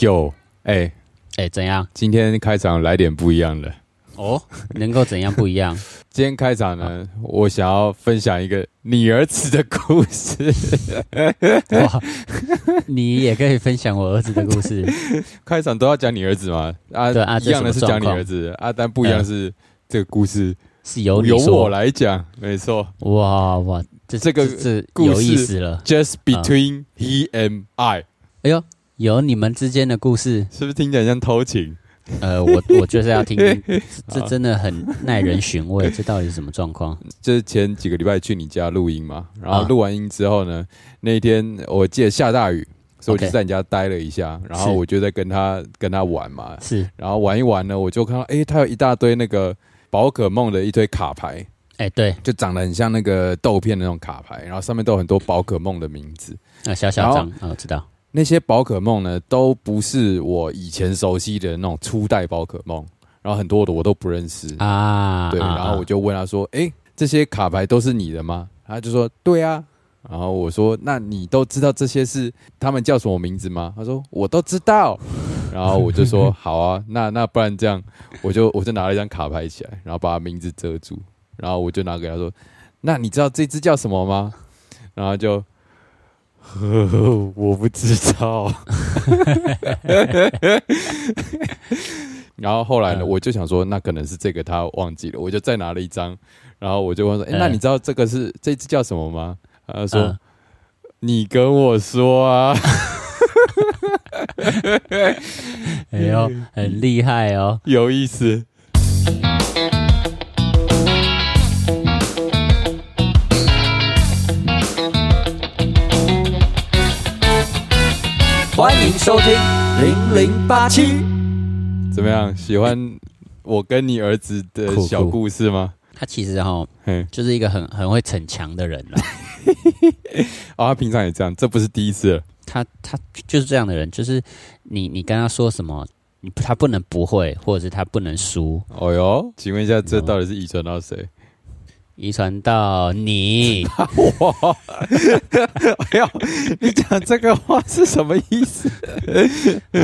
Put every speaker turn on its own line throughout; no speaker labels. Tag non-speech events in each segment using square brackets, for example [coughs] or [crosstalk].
有，哎、
哎、怎样？
今天开场来点不一样的。
哦，能够怎样不
[laughs]
一样？
今天开场呢，
啊
我想要分享一个你儿子的故事。 [laughs]
哇，你也可以分享我儿子的
[laughs]
故事。
开场都要讲你儿子嘛？啊，
对啊
一样的是
这是什
讲
么
你儿子啊，但不一样是这个故事
是由你
由
说
我来讲，没错。
哇哇，这
这个
这这
故事
有意思了。
Just between he and I，
哎呦，有你们之间的故事，
是不是听起来像偷情？
呃，我我就是要
[laughs]
听听，这这真的很耐人寻味。这到底是什么
[laughs]
状况？
就是前几个礼拜去你家录音嘛，然后
啊
录完音之后呢，那一天我记得下大雨，所以我就
OK
在你家待了一下，然后
是
我就在跟他跟他玩嘛，
是，
然后玩一玩呢，我就看到诶，他有一大堆那个宝可梦的一堆卡牌，
哎、对，
就长得很像那个豆片的那种卡牌，然后上面都有很多宝可梦的名字。
那、小小张，啊，我知道。
那些宝可梦呢，都不是我以前熟悉的那种初代宝可梦，然后很多的我都不认识。
啊，
对，
啊
然后我
啊
就问他说：“诶，这些卡牌都是你的吗？”他就说：“对啊。”然后我说：“那你都知道这些是他们叫什么名字吗？”他说：“我都知道。”然后我就
[laughs]
说：“好啊，那那不然这样，我就我就拿了一张卡牌起来，然后把他名字遮住，然后我就拿给他说：‘那你知道这只叫什么吗？’然后他就。 [laughs] 呵，我不知道。 [laughs] 然后后来呢，
嗯
我就想说，那可能是这个他忘记了，我就再拿了一张，然后我就问说：“哎、
嗯
那你知道这个是这只叫什么吗？”他就说：“
嗯
你跟我说啊。 [laughs]
哎呦，很厉害哦”。
有意思。
欢迎收听零零八七。
怎么样？喜欢我跟你儿子的
酷
小故事吗？
他其实哈、
嘿，
就是一个很很会逞强的人哦啦。
啊、他平常也这样，这不是第一次了。
他他就是这样的人，就是你你跟他说什么，你他不能不会，或者是他不能输，
哦哟，请问一下，这到底是遗传到谁？
遗传到你。
[laughs] 哇！哎呦，你讲这个话是什么意思？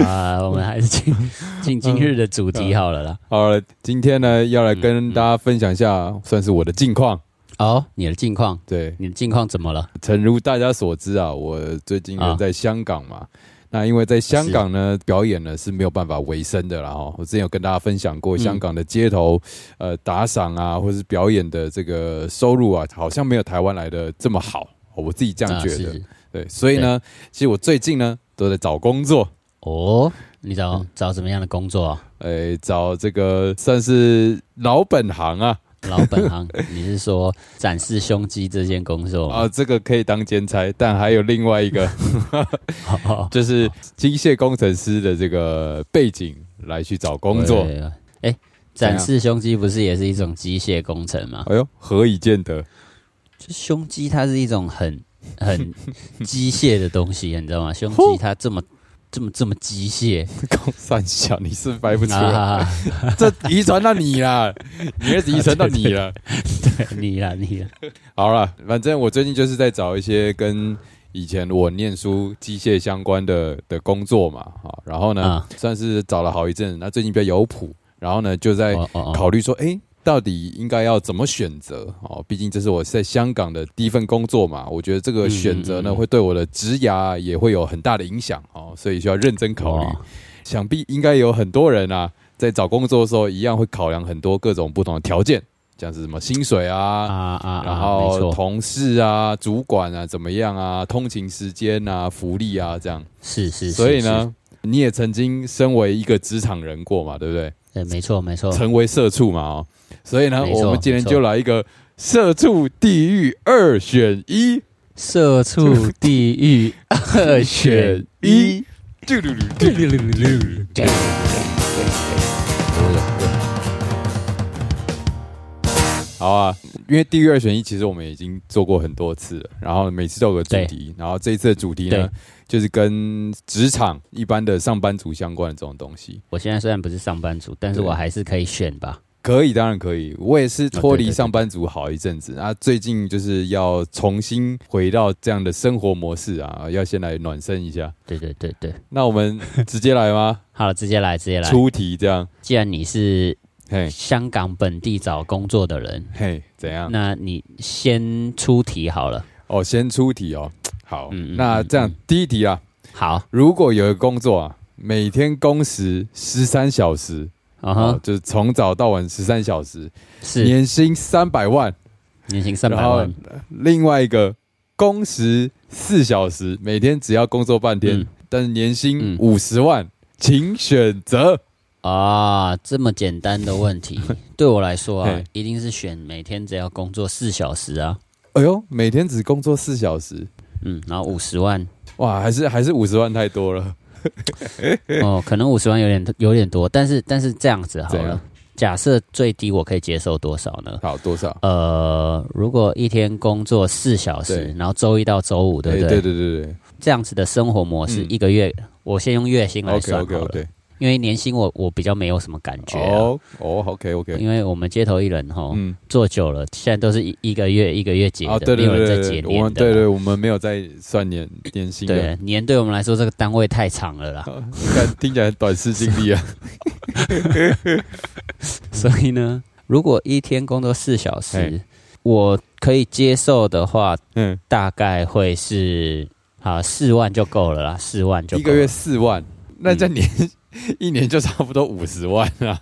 啊，我们还是进进今日的主
嗯
题好了啦。
好了，今天呢要来跟大家分享一下，算是我的近况。
哦，你的近况，
对，
你的近况怎么了？
诚如大家所知啊，我最近人在香港嘛。那因为在香港呢，表演呢是没有办法维生的啦哈。我之前有跟大家分享过，
嗯
香港的街头、呃打赏啊，或是表演的这个收入啊，好像没有台湾来的这么好，哦我自己这样
啊
觉
是
得。
是
对，所以呢，其实我最近呢都在找工作，
哦，
嗯
你找找什么样的工作啊、
诶，找这个算是老本行啊，
老
[laughs]
本行，你是说展示胸肌这件工作吗？
啊，这个可以当兼差，但还有另外一
[laughs]
个
哦
就是机械工程师的这个背景来去找工作。
[laughs] 对哎，展示胸肌不是也是一种机械工程吗？
哎呦，何以见得？ [laughs]
就胸肌它是一种很很机械的东西，你知道吗？胸肌它这么这么这么机械
高三小，你是掰不出来，
啊！ [laughs]
这 [laughs] 遗传到你啦，你儿子遗传到你了。
你啦你啦，
好了，反正我最近就是在找一些跟以前我念书机械相关的的工作嘛，好，然后呢，
啊
算是找了好一阵子，那最近比较有谱，然后呢，就在
哦哦哦，
考虑说，哎、到底应该要怎么选择？哦，毕竟这是我在香港的第一份工作嘛，我觉得这个选择呢，
嗯嗯嗯
会对我的职涯也会有很大的影响哦，所以需要认真考虑
哇。
想必应该有很多人啊，在找工作的时候，一样会考量很多各种不同的条件，像是什么薪水啊，
啊啊啊，
然
没
后
错，
同事啊、主管啊怎么样啊、通勤时间啊、福利啊这样。
是是，是
所以呢，你也曾经身为一个职场人过嘛，对不对？
是，哎对，没错没错，
成为社畜嘛哦。所以呢，
没错
我们今天
没错
就来一个社畜地狱二选一，
社畜地狱二选一。
嘟噜噜嘟噜噜噜好啊，因为地狱二选一，其实我们已经做过很多次了，然后每次都有个主题，然后这一次的主题呢
对，
就是跟职场一般的上班族相关的这种东西。
我现在虽然不是上班族，但是
对
我还是可以选吧。
可以，当然可以。我也是脱
啊对对
离
对
上班族好一阵子啊，最近就是要重新回到这样的生活模式啊，要先来暖身一下。
对对对对，
那我们直接来吗？
好了，直接来，直 [laughs] 接来。
出哎题这样，
既然你是
嘿，
香港本地找工作的人，
嘿，怎样？
那你先出题好了。
哦，先出题哦。好，
嗯嗯
那
嗯
这样、
嗯
第一题啊，
好，
如果有一个工作啊，每天工时十三小时，
嗯
哦
哼，，
就是从早到晚十三小时，
是
年薪三百万，
年薪三百
然后
万，
另外一个工时四小时，每天只要工作半天，
嗯
但是年薪
嗯
五十万，请选择。
啊，这么简单的问
[laughs]
题，对我来说啊
嘿，
一定是选每天只要工作四小时啊，
哎呦，每天只工作四小时，
嗯，然后五十万，
哇，还是还是五十万太多了。
哦，可能五十万有点有点多，但是但是这样子好
怎
了
样，
假设最低我可以接受多少呢？
好，多少？
呃，如果一天工作四小时
对，
然后周一到周五，对不
哎
对？
对对对对
这样子的生活模式，
嗯
一个月我先用月薪来
，OK
算
OK
好了
OK，
因为年薪我我比较没有什么感觉、啊。
哦哦，OK OK，
因为我们街头艺人哈、
嗯，
做久了，现在都是一一个月一个月结的，
啊，对对
没有
对
人在
对
结
对，我
年
们
的。
对对，我们没有在算年年薪的。
对年对我们来说这个单位太长了啦，
啊看听起来很短视经历啊，
[laughs] 所以呢，如果一天工作四小时
嘿，
我可以接受的话，
嗯，
大概会是啊四万就够了啦，四万就
一
够
个
了嗯
月四万，那这年 [laughs] 一年就差不多五十万啊，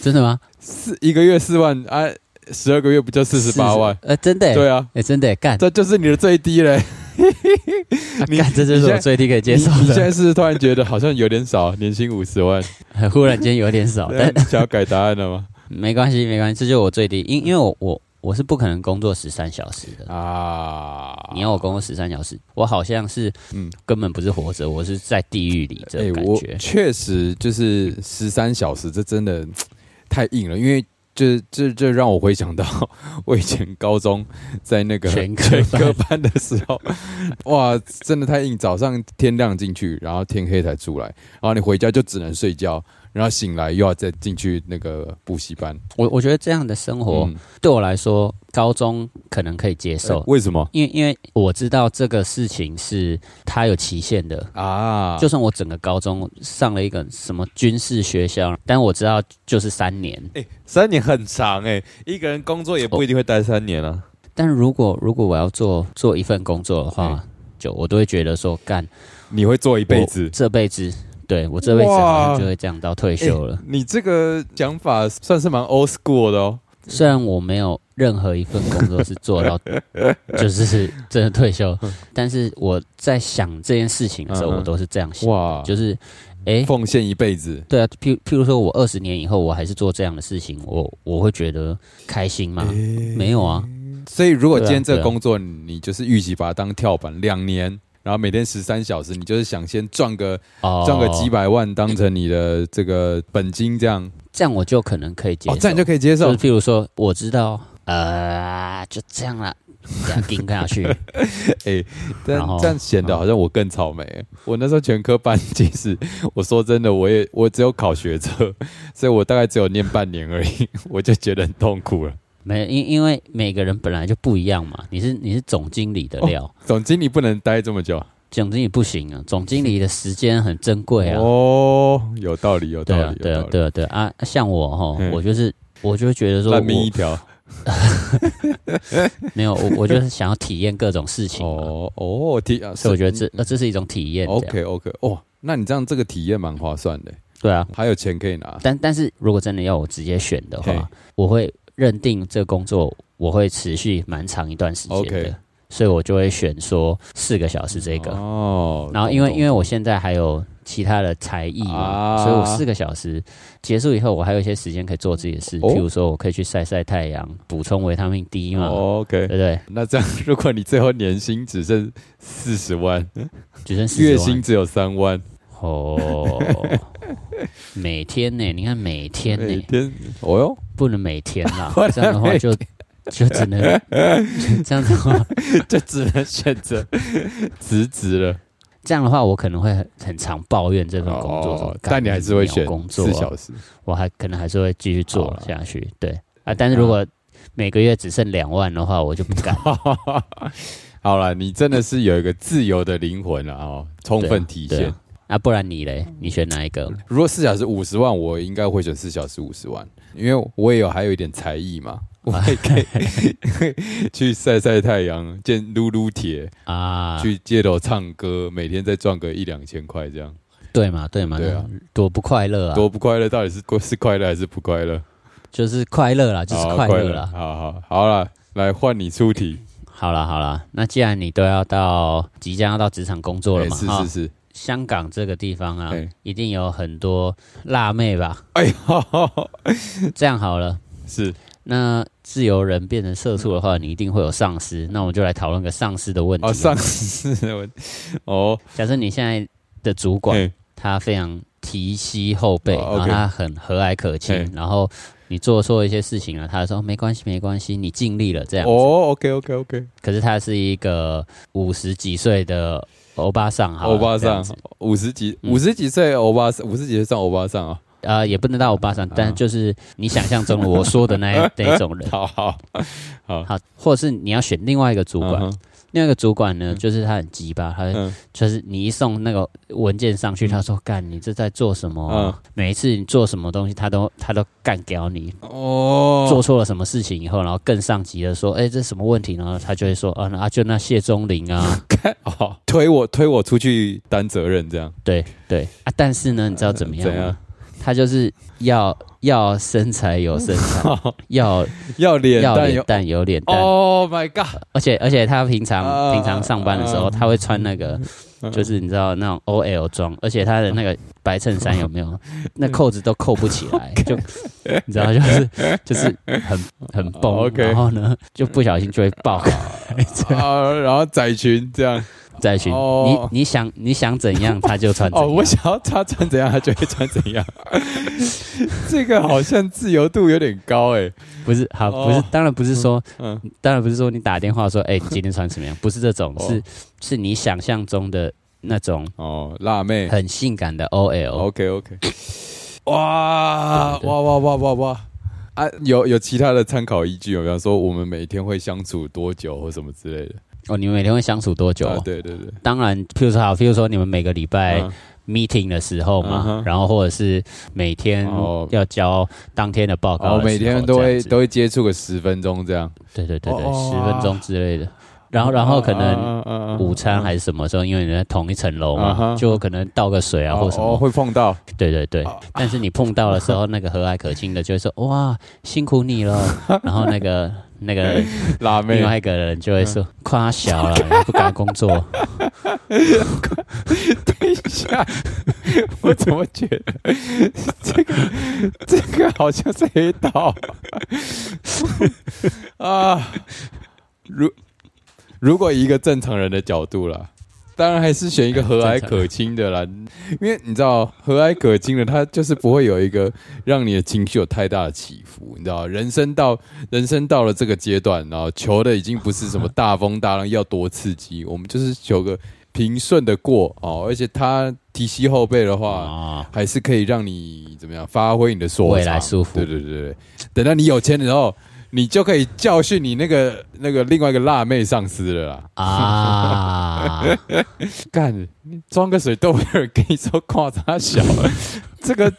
真的吗？
四一个月四万啊，十二个月不就四十八万？
呃，真的耶，
对啊，
哎，真的耶干，
这就是你的最低嘞。
啊
[laughs] 你
干，这就
你
是
现
我
在
最低可以接
你
受
你现在
的。
是不是突然觉得好像有点少，年薪五十万，
[laughs] 忽然间有点少，
那
但
你想要改答案了吗？
没关系，没关系，这就是我最低，
嗯
因因为我我我是不可能工作十三小时的。
啊，
你要我工作十三小时，我好像是
嗯
根本不是活着，我是在地狱里这
哎
种感
我
觉。
确实就是十三小时，这真的太硬了，因为这这这让我回想到 [laughs] 我以前高中在那个
全科
全
班
科班的时候， [laughs] 哇，真的太硬，早上天亮进去，然后天黑才出来，然后你回家就只能睡觉，然后醒来又要再进去那个补习班。
我我觉得这样的生活、
嗯
对我来说，高中可能可以接受，
哎为什么
因为因为我知道这个事情是它有期限的。
啊？
就算我整个高中上了一个什么军事学校，但我知道就是三年。
哎三年很长哎、一个人工作也
哦
不一定会待三年啊。
但如果如果我要做做一份工作的
哎
话，就我都会觉得说，干
你会做一
我
辈子。
这辈子，对我这辈子
哇
好像就会这样到退休了。
哎你这个讲法算是蛮 old school 的哦。
虽然我没有任何一份工作是
[laughs]
做到就是真的退休，但是我在想这件事情的时候，
嗯嗯
我都是这样想，
哇，
就是，哎、
欸奉献一辈子。
对啊，譬譬如说，我二十年以后我还是做这样的事情，我我会觉得开心吗？没有啊，
所以，如果今天这
对
个
啊对啊
工作，你就是预期把它当跳板两年，然后每天十三小时，你就是想先赚个
哦，
赚个几，百万，当成你的这个本金，这样
这样我就可能可以接受，
哦，这样你就可以接
就
受
是。譬如说，我知道，呃，就这样啦，这样盯下去，
但
然后嗯
这样显得好像我更草莓。我那时候全科班，其实我说真的，我也我只有考学测，所以我大概只有念半年而已， [laughs] 我就觉得很痛苦了。
没有，因因为每个人本来就不一样嘛，你是你是总经理的料。
总经理不能待这么久
总经理不行啊，总经理的时间很珍贵啊。
哦，有道理，有道
对啊
理，，
对
有
啊
道，理，
对啊，对啊。啊像我哈
嗯，
我就是我就觉得说
烂命一
我，
条。
没有我，我就是想要体验各种事情嘛，
哦哦，体啊，
所以我觉得
是
这呃这是一种体验。这样
OK OK，哦，那你这样这个体验蛮划算的，
对啊，
还有钱可以拿。
但但是如果真的要我直接选的
嘿
话，我会认定这个工作我会持续蛮长一段时间
OK
的，所以我就会选说四个小时这个。
哦，
然后因为因
为
为我现在还有其他的才艺嘛，
啊
所以我四个小时结束以后，我还有一些时间可以做自己的事，
哦
譬如说我可以去晒晒太阳，补充维他命 D 嘛，
哦
对
OK，
不对？
那这样如果你最后年薪只剩四十万，
只剩40
月
万
薪只有三万，
哦， [laughs] 每天呢、你看每天呢、
每天哦哟， [laughs]
不能每天啦
不能，
这样的话就就只能
[laughs]
这样的话
[laughs] 就只能选择辞职了。
这样的话，我可能会很很常抱怨这份工作。说
哦，
干
但你还是会选
鸟工作啊
四，小时，
我还可能还是会继续做
好嗯了
下去。对啊，但是如果每个月只剩两万的话，我就不
[laughs]
敢。
好了，你真的是有一个自由的灵魂了哦，充分体
对
现
啊。啊，不然你嘞？你选哪一个？
如果四小时五十万，我应该会选四小时五十万，因为我也有还有一点才艺
[laughs]
嘛，我还可以去晒晒太阳、见撸撸铁、
啊，
去街头唱歌，每天再赚个一两千块，这样
对嘛，对嘛，
对啊，
多不快乐啊，
多不快乐？到底是是快乐还是不快乐？
就是快乐啦，就是
好
快乐啦。
好好好了，来换你出题。
好啦，好啦，那既然你都要到即将要到职场工作了
哎
嘛，
是
哈
是是，
香港这个地方啊
哎，
一定有很多辣妹吧？
哎呦，嗯
这样好了，
是
那自由人变成社畜的话，你一定会有上司。那我们就来讨论个上司的问
嗯
题。啊
哦，上次我哦，
假设你现在的主 [laughs] 管
嘿
他非常提膝后背，
哦
然后
OK
他很和蔼可亲
嘿，
然后你做错一些事情了，他说没关系，没关系，你尽力了这样子。
哦，OK OK OK，
可是他是一个五十几岁的欧巴桑，好了
欧巴
这样
桑
子
五十几
嗯
五十几岁欧巴桑，五十几岁算欧巴桑啊，
呃，也不能到欧巴桑，但就是你想象中的我说的那
[laughs]
一那一种人。
好好
好，或者是你要选另外一个主管，
嗯哼
另外一个主管呢，就是他很鸡巴，他
嗯
就是你一送那个文件上去，他说干你这在做什么啊？
嗯
每一次你做什么东西，他都他都干掉你。
[laughs] 哦，
做错了什么事情以后，然后更上级的说，哎、这什么问题？然后他就会说，啊，那啊就那谢钟
[laughs]
林啊，
哦，推我推我出去担责任这
[laughs]
样，
对对啊。但是呢，你知道怎么样吗？
呃怎样
他就是要要身材
[laughs]
有身材，要
要脸
要
蛋
脸
有
蛋有脸蛋，
，Oh my God，
而且而且他平常、
啊
平常上班的时候，
啊
他会穿那个，就是你知道那种 OL 装，而且他的那个白衬衫有没有，
[laughs]
那扣子都扣不起来，就你知道就是就是很很崩，
哦，OK
然后呢就不小心就会爆开
啊，然后窄裙这
[laughs]
样，
在群，
哦
你你想你想怎样他就穿怎
哦，
样，
我想要他穿怎样，他就会穿怎
[laughs]
样，这个好像自由度有点高哎，
不是好
哦
不是，当然不是说
嗯，
当然不是说你打电话说，哎、你今天穿什么样？不是这种，
哦
是是你想象中的那种
哦，辣妹
很性感的
哦
OL。
，OK OK，哇
对对
哇哇哇哇哇。啊，有有其他的参考依据吗？比方说，我们每天会相处多久或什么之类的。
哦，你们每天会相处多久？
啊，对对对，
当然，譬如说好，譬如说你们每个礼拜
嗯
meeting 的时候嘛，
嗯哼
然后或者是每天
哦
要交当天的报告的时候、
哦，每天都
这
会
样子
都会接触个十分钟这样，
对对对对，
哦
十、
哦
分钟之类的。然后然后可能
啊啊啊啊
午餐还是什么时候，因为你在同一层楼嘛，
嗯哼
就可能倒个水啊、或什么。
哦哦哦会碰到，
对对对，但是你碰到的时候，那个和蔼可亲的就会说：“哇，辛苦你
[laughs]
了。”然后那个那
哎
个
辣妹
另外一个人就会说：“
嗯
夸小了，你不敢工
[laughs]
作。
下， [laughs] 我怎么觉得这个这个好像是黑道 [laughs] 啊？如如果以一个正常人的角度啦，当然还是选一个和蔼可亲的啦，因为你知道和蔼可亲的，他就是不会有一个让你的情绪有太大的起伏，你知道，人生到人生到了这个阶段，然后求的已经不是什么大风大浪要多刺激，我们就是求个平顺的过哦，而且他提膝后背的”话，
啊，
还是可以让你怎么样发挥你的所长，
未来舒服
对对对对，等到你有钱的时候，你就可以教训你那个那个另外一个辣妹上司了啦。
啊，
干，你装个水都没有人跟你说夸他小，这个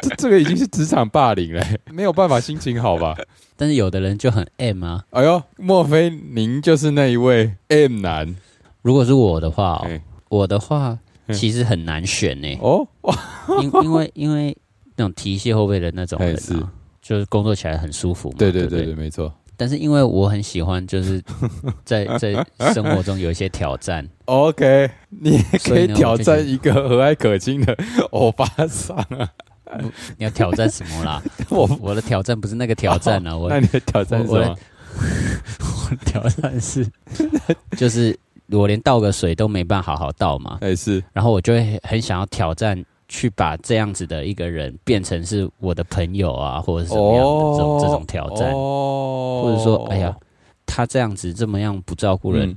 这这个已经是职场霸凌了，没有办法心情好吧？
但是有的人就很 M 啊。
哎呦，莫非您就是那一位 M 男？
如果是我的话、哦
哎，
我的话
嗯
其实很难选呢、
哦，哇，
因因为因为那种提携后背的那种人、
哎是
啊，就是工作起来很舒服嘛。
对
嗯对
对
不
对对，没错。
但是因为我很喜欢，就是 [laughs] 在在生活中有一些挑战，
OK，你也
所
可以
以呢
挑
我
战
就
一个和蔼可亲的欧巴桑啊！
你要挑战什么啦？
[laughs] 我哦
我的挑战不是那个挑战啊，我
那你的挑战是
我我
什么？
我的挑战是，就是我连倒个水都没办法好好倒嘛，
哎，是
然后我就会很想要挑战。去把这样子的一个人变成是我的朋友啊，或者是什么样的这种、这种挑战，
哦
哎或者说，哎呀，，他这样子这么样不照顾人，
嗯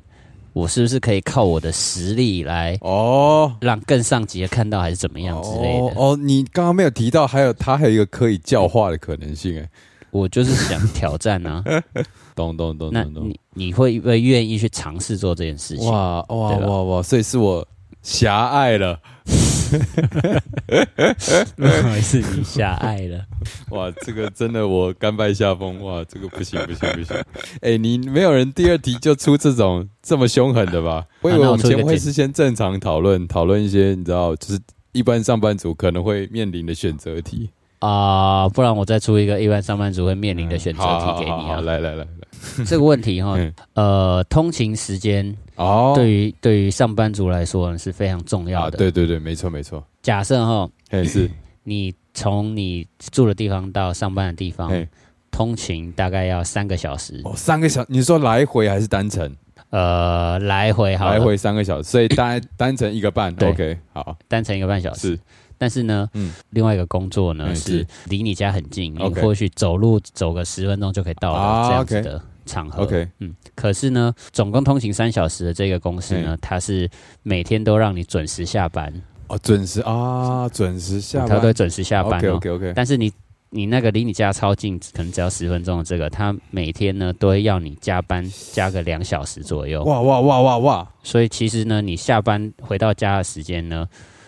我是不是可以靠我的实力来
哦。
让更上级的看到，还是怎么样之类
哦
的？
哦，你刚刚没有提到，还有他还有一个可以教化的可能性，哎，
我就是想挑战
[laughs]
啊。
懂懂懂
那
懂懂。
你你会不会愿意去尝试做这件事 [laughs] 情？
哦哇哇
对吧
哇哇！所以是我狭隘
[laughs]
了，
不好意思，你狭隘了。
哇，这个真的我甘拜下风，哇，这个不行不行不行！哎、你没有人第二题就出这种这么凶狠的吧？我以为
啊那
我
我
们
出一
节
个
目会
简
是先正常讨论，讨论一些你知道，就是一般上班族可能会面临的选择题。
啊、不然我再出一个一般上班族会面临的选择
嗯好好
题给
好
你
好
啊。
来来来来，
这个问题哈
嗯，
呃，通勤时间
哦，
对于对于上班族来说呢是非常重要
啊，
的。
对对对，没错没错，
假设哈，
嘿
[laughs]
是，
你从你住的地方到上班的地方
嘿，
通勤大概要三个小时，
哦，三个小，你说来回还是单程？
呃，来回好了
来回三个小时，所以大
[coughs]
概单程一个半
对
，OK，好，
单程一个半小时
是。
但是呢，
嗯
另外一个工作呢、
嗯
是
是
离你家很近，你
OK
或许走路走个十分钟就可以到
啊
了这样子
OK
的场合。
OK，
嗯，可是呢，总共通勤三小时的这个公司
哎
呢，它是每天都让你准时下班，嗯
哦，准时啊，准时下
它
班
都会准时下班
OK
哦。
OK OK，
但是你你那个离你家超近，可能只要十分钟的这个，它每天呢都会要你加班加个两小时左右。
哇哇哇哇哇！
所以其实呢，你下班回到家的时间呢，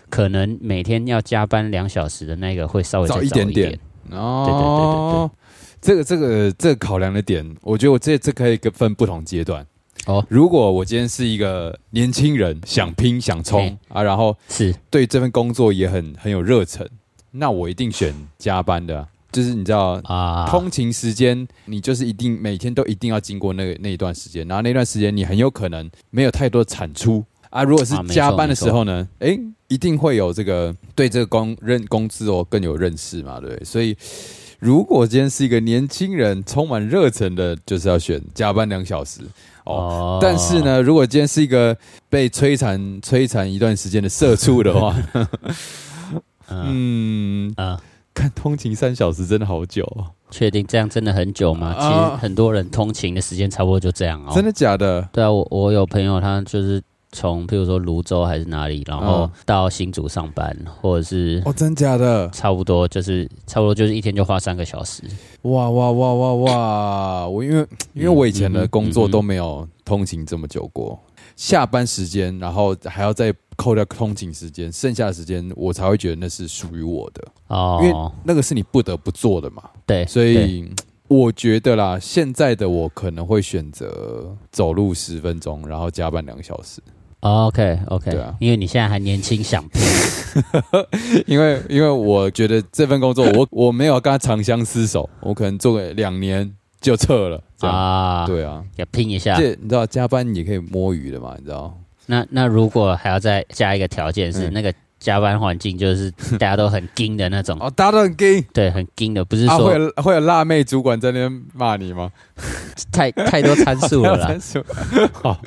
可能每天要加班两小时的那个会稍微再
早
早
一点点
点
哦，这个这个这个考量的点，我觉得我这这可以跟分不同阶段。
哦
如果我今天是一个年轻人，想拼想冲
嘿
啊，然后
是
对这份工作也很很有热忱，那我一定选加班的啊、就是你知道，
啊，
通勤时间，你就是一定每天都一定要经过那个那一段时间，然后那段时间你很有可能没有太多产出啊。如果是
啊没错
加班的时候呢，诶，一定会有这个对这个公认公司哦更有认识嘛，对不对？所以如果今天是一个年轻人，充满热忱的，就是要选加班两小时哦。
哦
但是，呢，如果今天是一个被摧残摧残一段时间的社畜的
[laughs]
话，
嗯
嗯，
嗯，
看通勤三小时真的好久、哦，
确、定这样真的很久吗？其
啊
实很多人通勤的时间差不多就这样哦。
真的假的？
对啊，我我有朋友他就是从譬如说泸州还是哪里，然后
嗯
到新竹上班，或者是
哦，真假的？
差不多就是差不多就是一天就花三个小时。
哇哇哇哇哇！我因为
嗯
因为我以前的工作都没有通勤这么久过，下班时间，然后还要再扣掉通勤时间，剩下的时间我才会觉得那是属于我的，因为
哦，
那个是你不得不做的嘛。
对，
所
对
以我觉得啦，现在的我可能会选择走路十分钟，然后加班两个小时， [laughs]
OK OK，
对啊
哦因为你现在还年轻，想拼
因为因为我觉得这份工作我我没有跟他长相厮守，我可能做个两年就撤了，这样、
啊，
对啊。
要拼一下。
这你知道加班也可以摸鱼的嘛？你知道？
那那如果还要再加一个条件是
嗯
那个加班环境就是大家都很硬
[laughs]
的那种，
哦，大家都很 gay
对，很硬的，不是
啊，会
说
有会有辣妹主管在那边骂你吗？
太太多参
[laughs]
数
啊
了啦。 [laughs]
好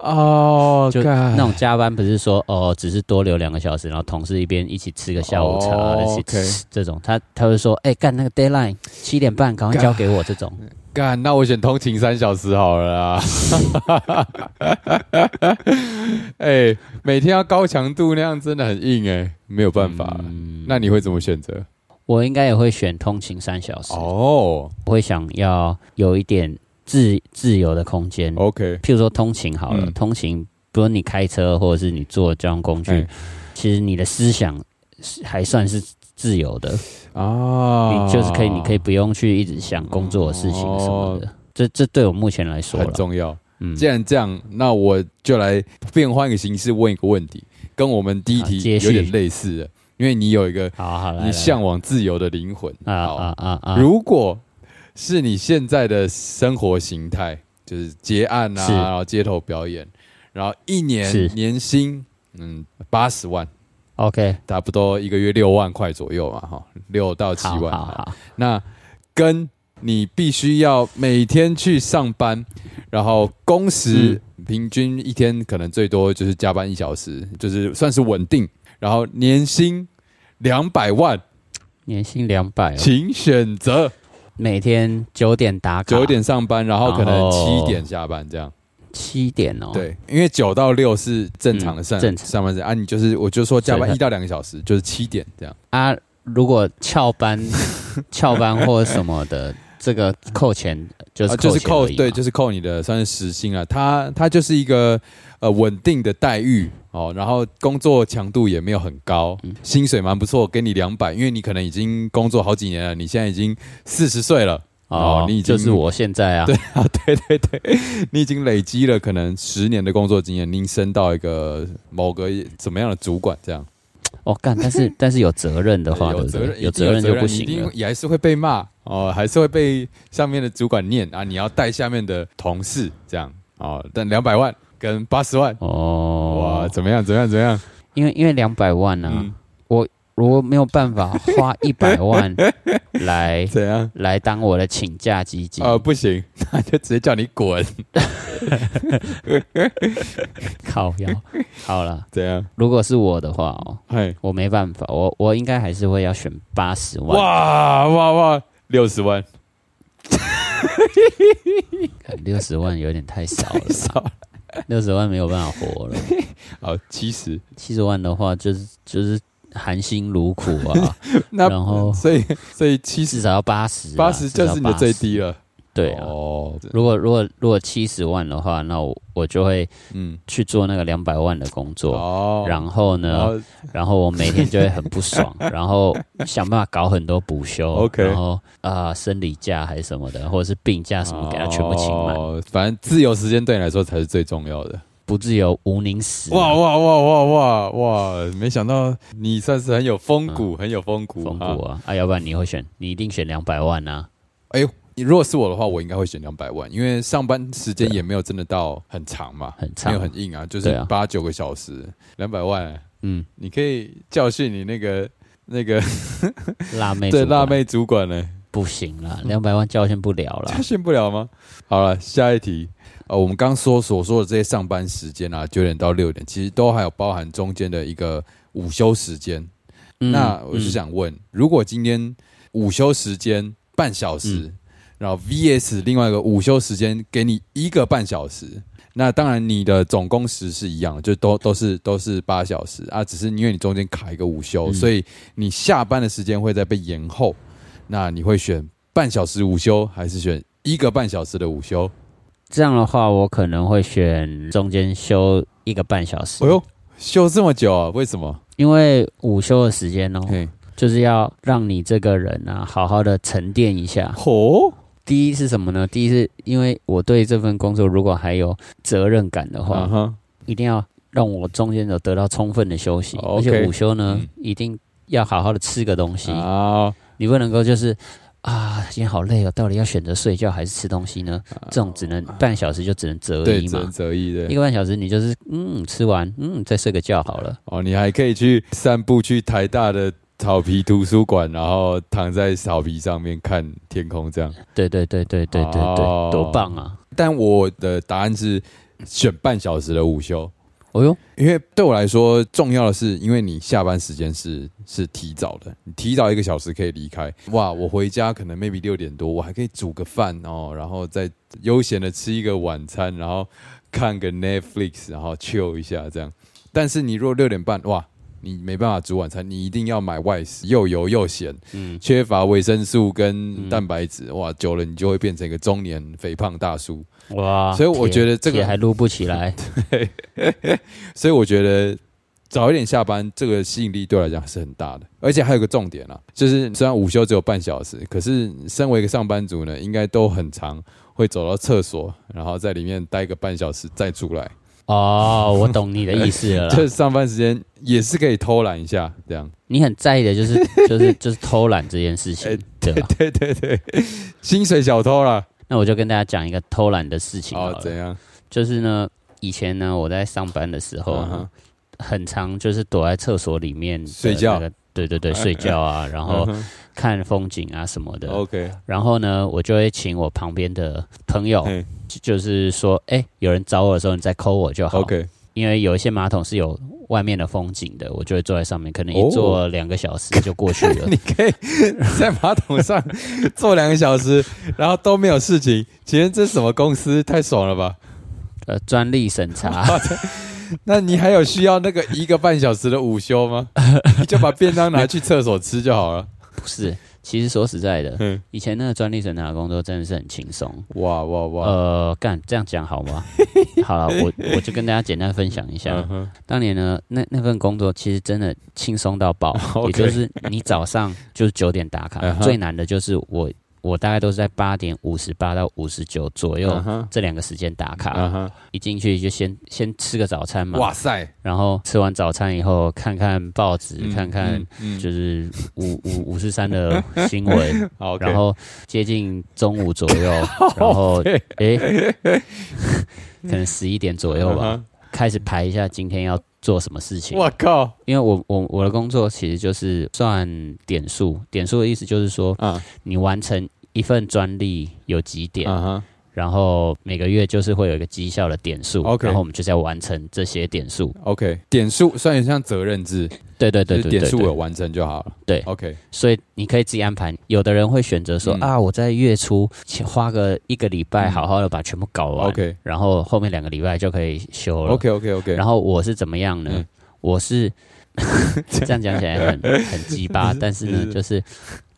哦，
就
干
那种加班不是说哦，只是多留两个小时，然后同事一边一起吃个下午茶，
哦
一起
OK
吃这种，他他会说，哎、干那个 deadline 七点半，赶快交给我这
[laughs]
种。
干，那我选通勤三小时好了啦。 [laughs] 哎、每天要高强度那样真的很硬哎、没有办法。
嗯
那你会怎么选择？
我应该也会选通勤三小时，
哦
我会想要有一点自自由的空间。
，OK，
譬如说通勤好了，
哦嗯
通勤不论你开车或者是你坐交通工具，
哎
其实你的思想是还算是自由的，
啊，
你就是可以，你可以不用去一直想工作的事情什么的。这这对我目前来说
哦很
了，
重要。
嗯
既然这样，那我就来变换一个形式问一个问题，跟我们第一
好
题
接续
有点类似的，因为你有一个
好啊好来，
你
来
向往自由的灵魂。
啊
好
啊啊啊！
如果是你现在的生活形态，就是结案啊，
是
然后街头表演，然后一
是
年年薪嗯八十万，
OK，
差不多一个月六万块左右嘛，哈，六到七
好
万。
好好，
那跟你必须要每天去上班，然后工
嗯
时平均一天可能最多就是加班一小时，就是算是稳定。然后年薪两百万，
哎年薪两百，哦
请选择
每天九点打卡，
九点上班，然后可
然
能
后
七点下班这样。
七点啊哦，，
对，因为九到六是正常的上、
嗯正常
上班时间啊，你就是我就说加
所以
班
他
一到两个小时，就是七点这样。
啊，如果
[laughs]
翘班、翘班或什么的，这个扣钱就是
啊，就是
钱而已嘛
对，就是扣你的算是时薪啊。它它就是一个呃稳定的待遇哦，然后工作强度也没有很高，
嗯
薪水蛮不错，给你两百，因为你可能已经工作好几年了，你现在已经四十岁了。
哦
哦，你已经
就是我现在啊，
对啊，对对对，你已经累积了可能十年的工作经验，您升到一个某个怎么样的主管这样，
哦干，但是但是有责任的话，对
有
不
责
对？
任，
有
一定
责任就
你
不
一
行
定
了。
也还是会被骂哦，还是会被上面的主管念啊，你要带下面的同事这样哦，但两百万跟八十万，哇，
哦，
怎么样？怎么样？怎么样？
因为因为两百万呢、啊，
嗯
我如果没有办法
[laughs]
花一百万来
怎样？
来当我的请假基金，
呃，不行，那就直接叫你滚，
靠腰。好了，
怎样？
如果是我的话哦，
嘿，
我没办法，我我应该还是会要选八十万，
哇哇哇，六十万，
六十万有点太少了啦，
少
[laughs] 六十万没有办法活了。
好七十，
七十万的话，就是就是含辛茹苦啊，
那
然后
所以所以七
至
十
少要八十、啊，
八十
至
就
少要
是你的最
80。
低了，
对啊，
哦，
如果如果如果七十万的话，那我我就会
嗯，
去做那个两百万的工作。
哦，
然后呢？
然
然后
后 [laughs]
我每天就会很不爽，然后想办法搞很多补休
OK
然后啊、生理假还是什么的，或者是病假什么，给他全部请满。
哦反正自由时间对你来说才是最重要的。
不自由无宁死、啊。
哇哇哇哇哇哇！没想到你算是很有风骨，很有风骨。
风
啊
骨啊！啊，要不然你会选？你一定选两百万啊！
哎呦，你如果是我的话，我应该会选两百万，因为上班时间也没有真的到很长嘛，
很长
没有很硬啊，就
对
是
啊
八九个小时，两百万，
嗯，
[laughs] 你可以教训你那个那个
辣妹
对
主管
辣妹嗯主管呢，
不行啦，两百万教训不了
[laughs]
啦
教。训不了吗？好了，下一题。呃，我们刚说所说的这些上班时间啊，九点到六点，其实都还有包含中间的一个午休时间。
嗯
那我就
嗯
想问，如果今天午休时间半小时，
嗯
然后 VS 另外一个午休时间给你一个半小时，那当然你的总工时是一样的，就都都是都是八小时啊，只是因为你中间卡一个午休，
嗯
所以你下班的时间会再被延后。那你会选半小时午休，还是选一个半小时的午休？
这样的话，我可能会选中间休一个半小时，
哎呦，休这么久啊？为什么？
因为午休的时间哦，
嘿，
就是要让你这个人啊，好好的沉淀一下。
哦，
第一是什么呢？第一是因为我对这份工作如果还有责任感的话，
嗯哼，
一定要让我中间有得到充分的休息，
哦
而且
OK
午休呢，
嗯
一定要好好的吃个东西，
啊，
你不能够就是。啊，今天好累哦，到底要选择睡觉还是吃东西呢？这种只能半小时就只能择
啊对，
一嘛
择，择一对
一。个半小时，你就是嗯吃完嗯再睡个觉好了。
哦，你还可以去散步，去台大的草皮图书馆，然后躺在草皮上面看天空这样。
对对对对对对对，
哦
多棒啊！
但我的答案是选半小时的午休，
哦哟，
因为对我来说重要的是，因为你下班时间是是提早的，你提早一个小时可以离开。哇，我回家可能 maybe 六点多，我还可以煮个饭哦，然后再悠闲的吃一个晚餐，然后看个 Netflix，然后 chill 一下这样。但是你如果六点半，哇，你没办法煮晚餐，你一定要买外食，又油又咸，
嗯，
缺乏维生素跟蛋白质，哇，久了你就会变成一个中年肥胖大叔。
哇！
所以我
铁
觉得这个
铁还撸不起来，
所以我觉得早一点下班，这个吸引力对我来讲是很大的。而且还有个重点啊，就是虽然午休只有半小时，可是身为一个上班族呢，应该都很常会走到厕所，然后在里面待个半小时再出来。
哦，我懂你的意思了
就
啦。
是上班时间也是可以偷懒一下，这样。
你很在意的就是
[laughs]
就是就是偷懒这件事
哎
情，对吧？
对对对， [laughs] 薪水小偷啦。
那我就跟大家讲一个偷懒的事情好
哦，
了
怎样？
就是呢，以前呢我在上班的时候
嗯
啊，
哼
很常就是躲在厕所里面的
睡觉哎
那个对对对，睡觉啊，
[laughs]
然后
嗯哦
看风景啊什么
哼
的。
，OK，
然后呢，我就会请我旁边的朋友，
嘿
就就是说，哎、有人找我的时候，你再扣我就好。
，OK，
因为有一些马桶是有外面的风景的，我就会坐在上面，可能
哦
一坐两个小时就过去了。
你可以在马桶上坐两个小时，然后都没有事情。请问这是什么公司？太爽了吧！
呃专利审查，
那你还有需要那个一个半小时的午休
[laughs]
吗？你就把便当拿去厕所吃就好了。
不是。其实说实在
嗯
的，以前那个专利审查工作真的是很轻松。
哇哇嗯哇！
呃，干这样讲
[laughs]
好吗？好了，我我就跟大家简单分享一下。
嗯哼，
当年呢，那那份工作其实真的轻松到爆
OK [laughs]
也就是你早上就是九点打卡
嗯哼
最难的就是我我大概都是在八点五十八到五十九左右、
嗯哼
这两个时间打卡，
嗯哼
一进去就先先吃个早餐嘛，
哇塞，
然后吃完早餐以后看看报纸，
嗯
看看
嗯嗯
就是五五五十三的新闻，
好，OK，
然后接近中午左右，然
[laughs]
后
对
诶、可能十一点左右吧。
嗯
开始排一下今天要做什么事
哼
情。
我靠，
因为我我我的工作其实就是算点数，点数的意思就是说
啊
你完成一份专利有几点，
啊哈，
然后每个月就是会有一个绩效的点数
OK
然后我们就是要完成这些点数。
OK，点数算也像责任制，
对对
就
对
是
对
点
对
数
对
有完成就好了。
对
，OK，
所以你可以自己安排。有的人会选择说、
嗯
啊，我在月初先花个一个礼拜
嗯
好好的把全部搞完
OK
然后后面两个礼拜就可以休了。
OK OK OK，
然
后
后我是怎么样呢？
嗯 [laughs]
我是这样讲起来很很鸡巴，但是呢，就是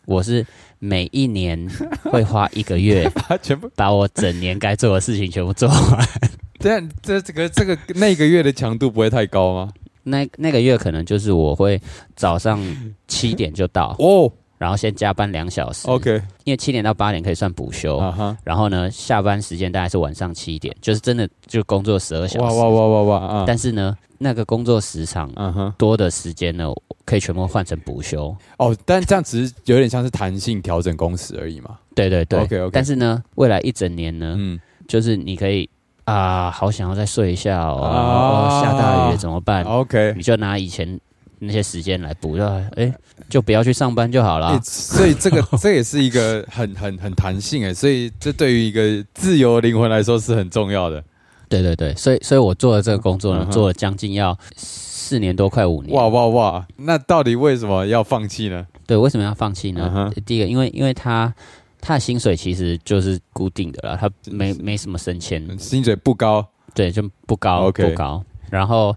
我是每一年会花一个月
他 [laughs] 全部
把我整年该做的事情全部做完。 [laughs]
这样，这这个这个那个月的强度不会太高吗？
那那个月可能就是我会早上七点就到，
哦
然后先加班两小时。
，OK，
因为七点到八点可以算补休。
啊哈，
然后呢，下班时间大概是晚上七点，就是真的就工作十二小时。
哇哇哇哇哇啊！
但是呢，那个工作时长
嗯哼，
多的时间呢，我可以全部换成补休。
哦，但这样只是有点像是弹性调整工时而已嘛。
对对对
OK，OK
但是呢，未来一整年呢，
嗯，
就是你可以啊，好想要再睡一下哦，
啊
哦下大雨怎么办？
OK，
你就拿以前那些时间来补，就哎，就不要去上班就好
欸
了。
所以这个这也是一个很很很弹性哎，所以这对于一个自由灵魂来说是很重要的。
对对对，所以所以我做的这个工作呢
嗯，哼
做了将近要四年多，快五年。
哇哇哇！那到底为什么要放弃呢？
对，为什么要放弃呢
嗯哼
第一个，因为因为他他的薪水其实就是固定的啦，他没没什么升迁，
薪水不高，
对，就不高
OK
不高。然后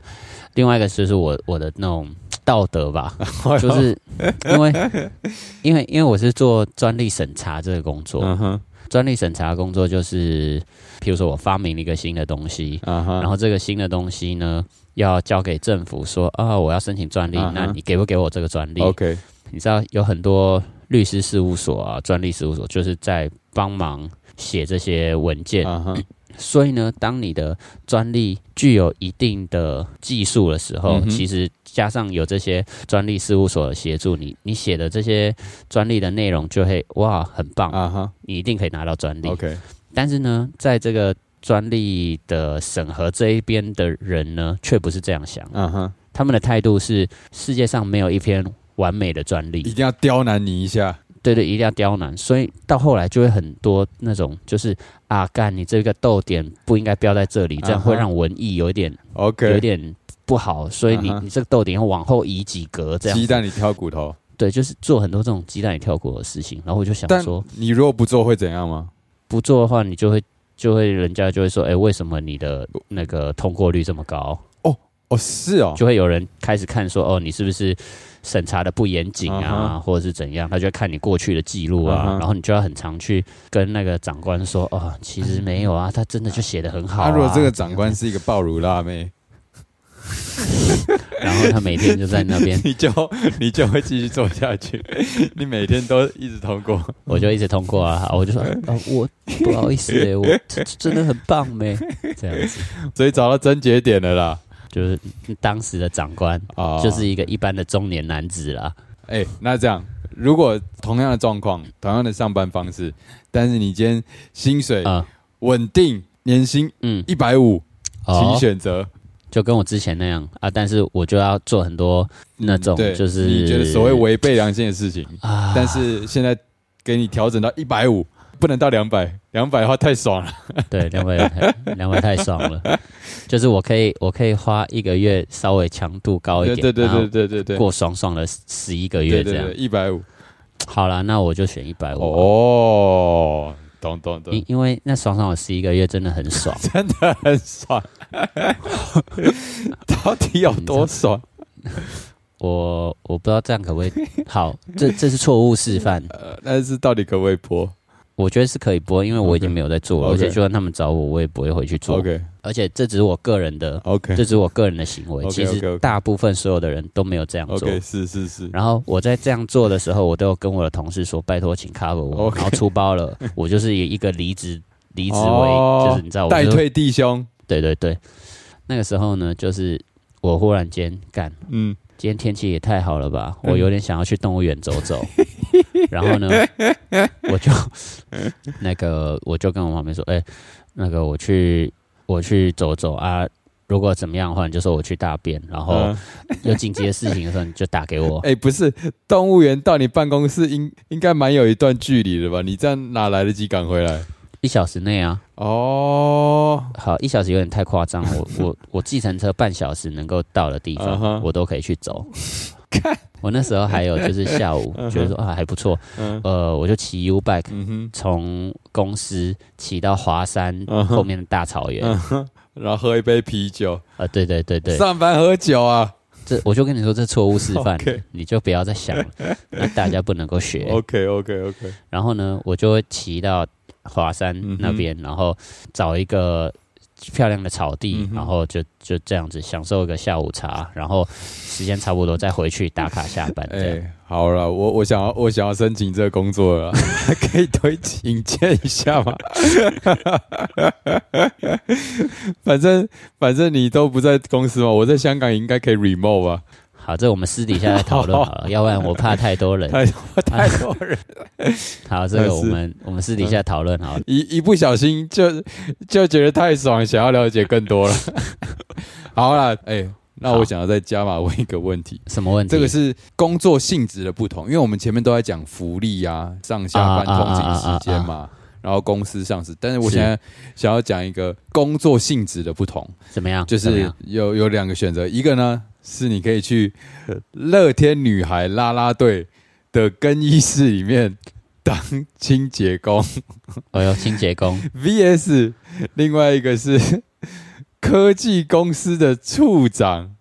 另外一个就是我我的那种道
[laughs]
德吧，
哎
就是因为因为因为我是做专利审查这个工作，
嗯哼，
专利审查工作就是，譬如说我发明了一个新的东西，
嗯哼，
然后这个新的东西呢。要交给政府说啊，我要申请专利
嗯哼
那你给不给我这个专利
OK，
你知道有很多律师事务所啊、专利事务所，就是在帮忙写这些文件。
嗯哼，
所以呢，当你的专利具有一定的技术的时候，
嗯哼
其实加上有这些专利事务所的协助，你你写的这些专利的内容就会哇很棒，
嗯哼
你一定可以拿到专利。
，OK，
但是呢，在这个专利的审核这一边的人呢，却不是这样想，
嗯哼，
他们的态度是世界上没有一篇完美的专利
一，定要刁难你一下。
对对，一定要刁难，所以到后来就会很多那种，就是啊，干你这个逗点不应该标在这里，这样
啊哈
会让文艺有一点有
OK，
一点不好，所以你、
啊哈
你这个逗点要往后移几格，这样
鸡蛋里挑骨头。
对，就是做很多这种鸡蛋里跳过的事情，然后我就想
但
说，
你如果不做会怎样吗？
不做的话，你就会就会人家就会说，哎，为什么你的那个通过率这么高？
哦，是哦，
就会有人开始看说，哦，你是不是审查的不严谨啊
嗯哼
或者是怎样？他就会看你过去的记录啊
嗯哼
然后你就要很常去跟那个长官说，哦，其实没有啊，他真的就写的很好、
他
啊。
如果这个长官是一个暴乳辣妹，，
然后他每天就在那边
你就你就会继续做下去，你每天都一直通过。
我就一直通过啊，我就
[laughs]
说，哦，我不好意思、欸，我这这真的很棒欸没、这样子，
所以找到症结点了啦。
就是当时的长官。
啊、
就是一个一般的中年男子啦，
哎、那这样，如果同样的状况，同样的上班方式，但是你今天薪水
啊、
稳定，年薪
嗯，
一百五，请
哦，
选择、
就跟我之前那样啊，但是我就要做很多那种
对
就是
你觉得所谓违背良心的事情，
啊，
但是现在给你调整到一百五，不能到两百，两百的话太爽了。
对，两百太两百太爽了，就是我可以我可以花一个月稍微强度高一
对
点，
对对
然后
对对对对，
过爽爽的十一个
对
月
对哦
这样。
对一百五
好啦，那我就选一百五。
哦，懂懂懂
因，因为那爽爽我十一个月真的很
[laughs]
爽，
真的很 [laughs] 爽，到底有多爽？
我我不知道这样可不可以好，这这是错误示范，
呃，但是到底可不可以播
我觉得是可以播，因为我已经
OK
没有在做了
OK
而且就算他们找我，我也不会回去做
？OK
而且这只是我个人的，
OK
这只是我个人的行为
OK，
其
OK，OK
实大部分所有的人都没有这样做。
OK，是是是，
然后我在这样做的时候，我都有跟我的同事说：“拜托，请 cover 我。
OK
然后出包了，我就是以一个离职离职为，
哦
就是你知道，我
代
就
退弟兄，
对对对。那个时候呢，就是我忽然间干，
嗯，
今天天气也太好了吧，
嗯
我有点想要去动物园走走。 [laughs] 然后呢，
[laughs]
我就那个我就跟我旁边说：“哎、那个我去我去走走啊。”如果怎么样的话，你就说我去大便，然后
嗯
有紧急的事情的时候，你就打给我。
[laughs] 哎、不是，动物园到你办公室应应该蛮有一段距离的吧？你这样哪来得及赶回来？
一小时内啊，
哦，
好，一小时有点太夸张了。
[laughs]
我我我计程车半小时能够到的地
嗯哼
方，我都可以去
[laughs]
走。我那时候还有就是下午
嗯哼
觉得说啊还不错，
嗯
呃，我就骑 U bike
嗯哼，
从公司骑到华山
嗯哼
后面的大草原
嗯。哼，然后喝一杯啤酒，
呃，对对对对，
上班喝酒啊
这我就跟你说这错误示范
OK，
你就不要再想了，那大家不能
[laughs]
够学。
？OK OK OK，
然后呢，我就会骑到华山
嗯哼
那边，然后找一个漂亮的草地
嗯，哼
然后就就这样子享受一个下午茶，然后时间差不多再回去打卡下班。
哎、
这样
好了，我我想要我想要申请这个工作了啦， [laughs] 可以推引荐一下吗？ [laughs] 反正反正你都不在公司嘛，我在香港应该可以 remote 啊吧？
好，这我们私底下再讨论好了，要不然我怕太多
[laughs]
人。
太多太多人，
好，这
但
个
是
我们我们私底下讨论好了。
[laughs] 一一不小心就就觉得太爽，想要了解更多了。 [laughs] 好啦，哎、那我
好
想要再加码问一个问题，
什么问
[laughs]
题？
这个是工作性质的不同，因为我们前面都在讲福利啊、上下班
啊啊
通勤
啊啊啊
时间嘛，然后公司上市。但是我
是
现在想要讲一个工作性质的不同，
怎么样？
就
怎么
是
样
有有两个选择，一个呢是你可以去乐天女孩啦啦队的更衣室里面当清洁工 [laughs]
哎呦，清洁工 [laughs]
，VS 另外一个是 [laughs] 科技公司的处长。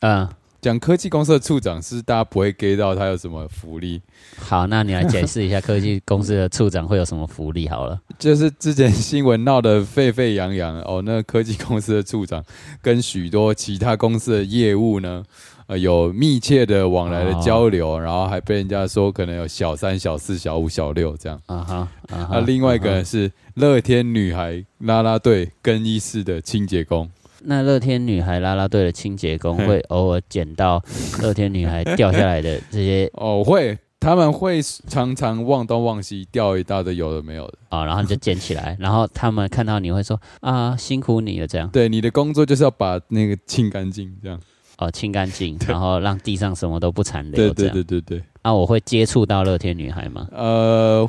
嗯。
讲科技公司的处长是大家不会 get 到他有什么福利，
好，那你来解释一下 [laughs] 科技公司的处长会有什么福利好了？
就是之前新闻闹得沸沸扬扬哦，那科技公司的处长跟许多其他公司的业务呢，呃，有密切的往来的交流，
啊
然后还被人家说可能有小三、小四、小五、小六这样。
啊哈，啊
啊，
哈，
另外一
啊
个
哈
是乐天女孩啦啦队更衣室的清洁工，
那乐天女孩啦啦队的清洁工
嘿
会偶尔捡到乐天女孩掉下来的这
[laughs]
些
哦，会他们会常常忘东忘西，掉一大堆有的没有的。
啊、然后你就捡起来，然后他们看到你会说啊，辛苦你了这样
对，你的工作就是要把那个清干净，这样。
哦，清干净，然后让地上什么都不残留
对
这
对
样。
对对对，
啊，我会接触到乐天女孩吗？
呃，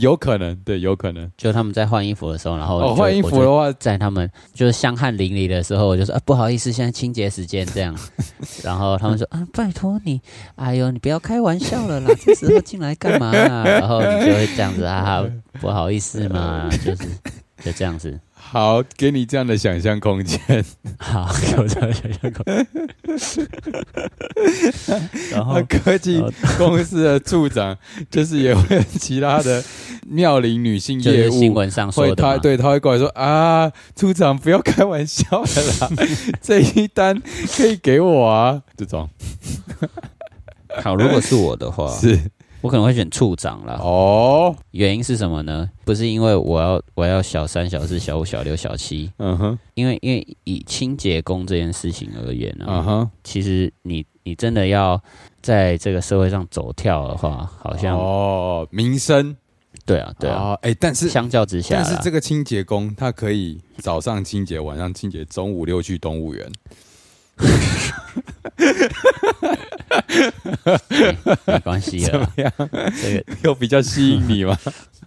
有可能，对，有可能。
就他们在换衣服的时候，然后
哦，
就
换衣服。
我
的
就
话，
在他们就是香汗淋漓的时候，我就说啊不好意思，现在清洁时间
[laughs]
这样，然后他们说啊拜托你，哎呦你不要开玩笑了啦，这时候进来干嘛啊？然后你就会这样子
[laughs]
哈哈，不好意思嘛，就是就这样子。
好，给你这样的想象空
[laughs]
间， [laughs]
好，我这想象过。然后
那科技公司的处
[laughs]
长就是也会有其他的妙龄女性
就
业
是新
务。
闻上说
会
的
他
嘛，
对他会过来说啊，处长不要开玩笑了
[laughs]
啦，这一单可以给我啊，这种
好，如果是我的话，
是
我可能会选处长啦。
哦，
原因是什么呢？不是因为我要我要小三、小四、小五、小六、小七，
嗯哼，
因为因为以清洁工这件事情而言呢、啊
嗯哼，
其实你你真的要在这个社会上走跳的话，好像、
哦，民生
对啊对啊，
哦哎，但是
相较之下
但
啦，
是这个清洁工他可以早上清洁，晚上清洁，中午溜去动物园，
没关
[laughs]
系
怎
的
么
啦，
样？
这个
有比较吸引你吗？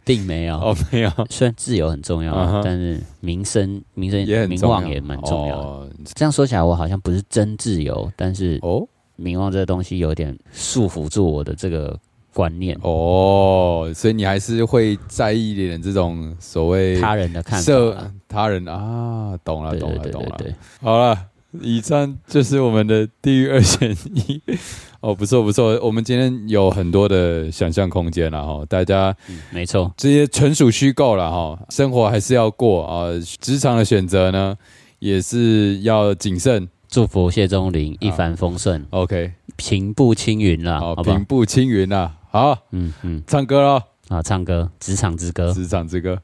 并没有。
哦，没
[laughs]
有，
虽然自由很重要啊
嗯哼
但是民生、民生、
也很
名
重要
望也蛮重要的。
哦
这样说起来，我好像不是真自由，但是
哦，
名望这个东西有点束缚住我的这个
观念，
哦，所以你还是会在意一点这种所谓
他人的
啊
看法
社
啦。
他人啊，懂了，
对
懂
对
了，
对
懂
对
了。
对，
好了，以上就是我们的地狱二选一。 [laughs] 哦，不错不错，我们今天有很多的想象空间了哈，大家
嗯没错，
这些纯属虚构了哈，生活还是要过啊，职场的选择呢也是要谨慎。
祝福谢钟林
啊
一帆风顺，
OK，
平步青云
啊
啦，
好，
好不好
哦平？步青云呐、啊，好，
嗯嗯，
唱歌喽，
好，唱歌，职场之歌。
职场之歌。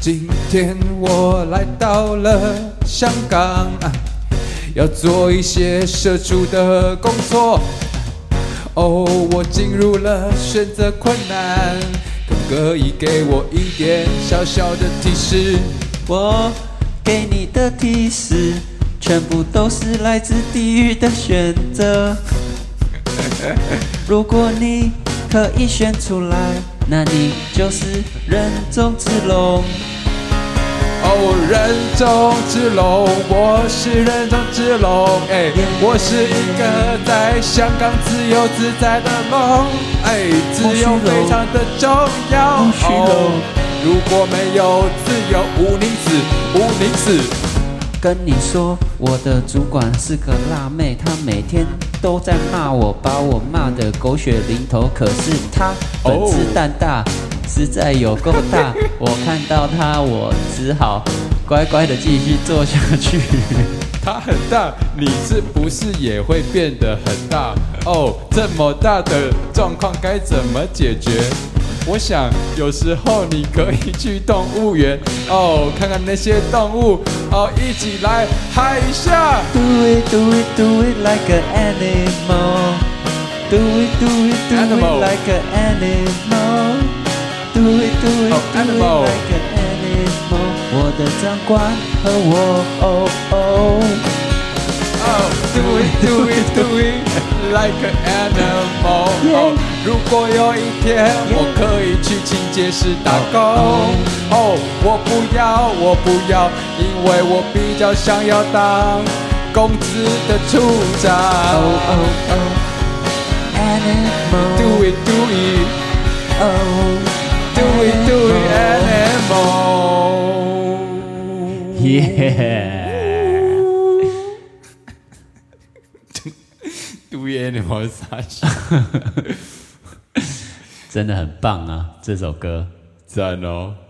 今天我来到了香港，啊要做一些社畜的工作。哦，我进入了选择困难，可不可以给我一点小小的提示？
我给你的提示，全部都是来自地狱的选择。 [laughs] 如果你可以选出来，那你就是人中之龙。
哦，人中之龙，我是人中之龙，哎，我是一个在香港自由自在的梦，哎，自由非常的重要。
梦虚荣
哦，如果没有自由，无宁死，无宁死。
跟你说，我的主管是个辣妹，她每天都在骂我，把我骂得狗血淋头。可是她本事蛋大，实在有够大。我看到她，我只好乖乖的继续做下去。
它很大，你是不是也会变得很大？哦，这么大的状况该怎么解决？我想有时候你可以去动物园哦，看看那些动物哦，一起来嗨一下。
Do it, do it, do it like an animal. Do it, do it, do
Animal.
it like an animal. Do it, do it,
Oh,
do
animal.
it like an animal. 我的长官和我，哦哦。
哦，do it do it do it like an animal。哦，如果有一天我可以去清洁室打工，
Oh.
哦，我不要我不要，因为我比较想要当公司的处长。
Oh oh oh, animal.
Do it do it
oh,
do it do it
Oh.
animal。
[laughs] 耶！
Do it animal 啥
[laughs] 真的很棒啊，这首歌。
赞哦！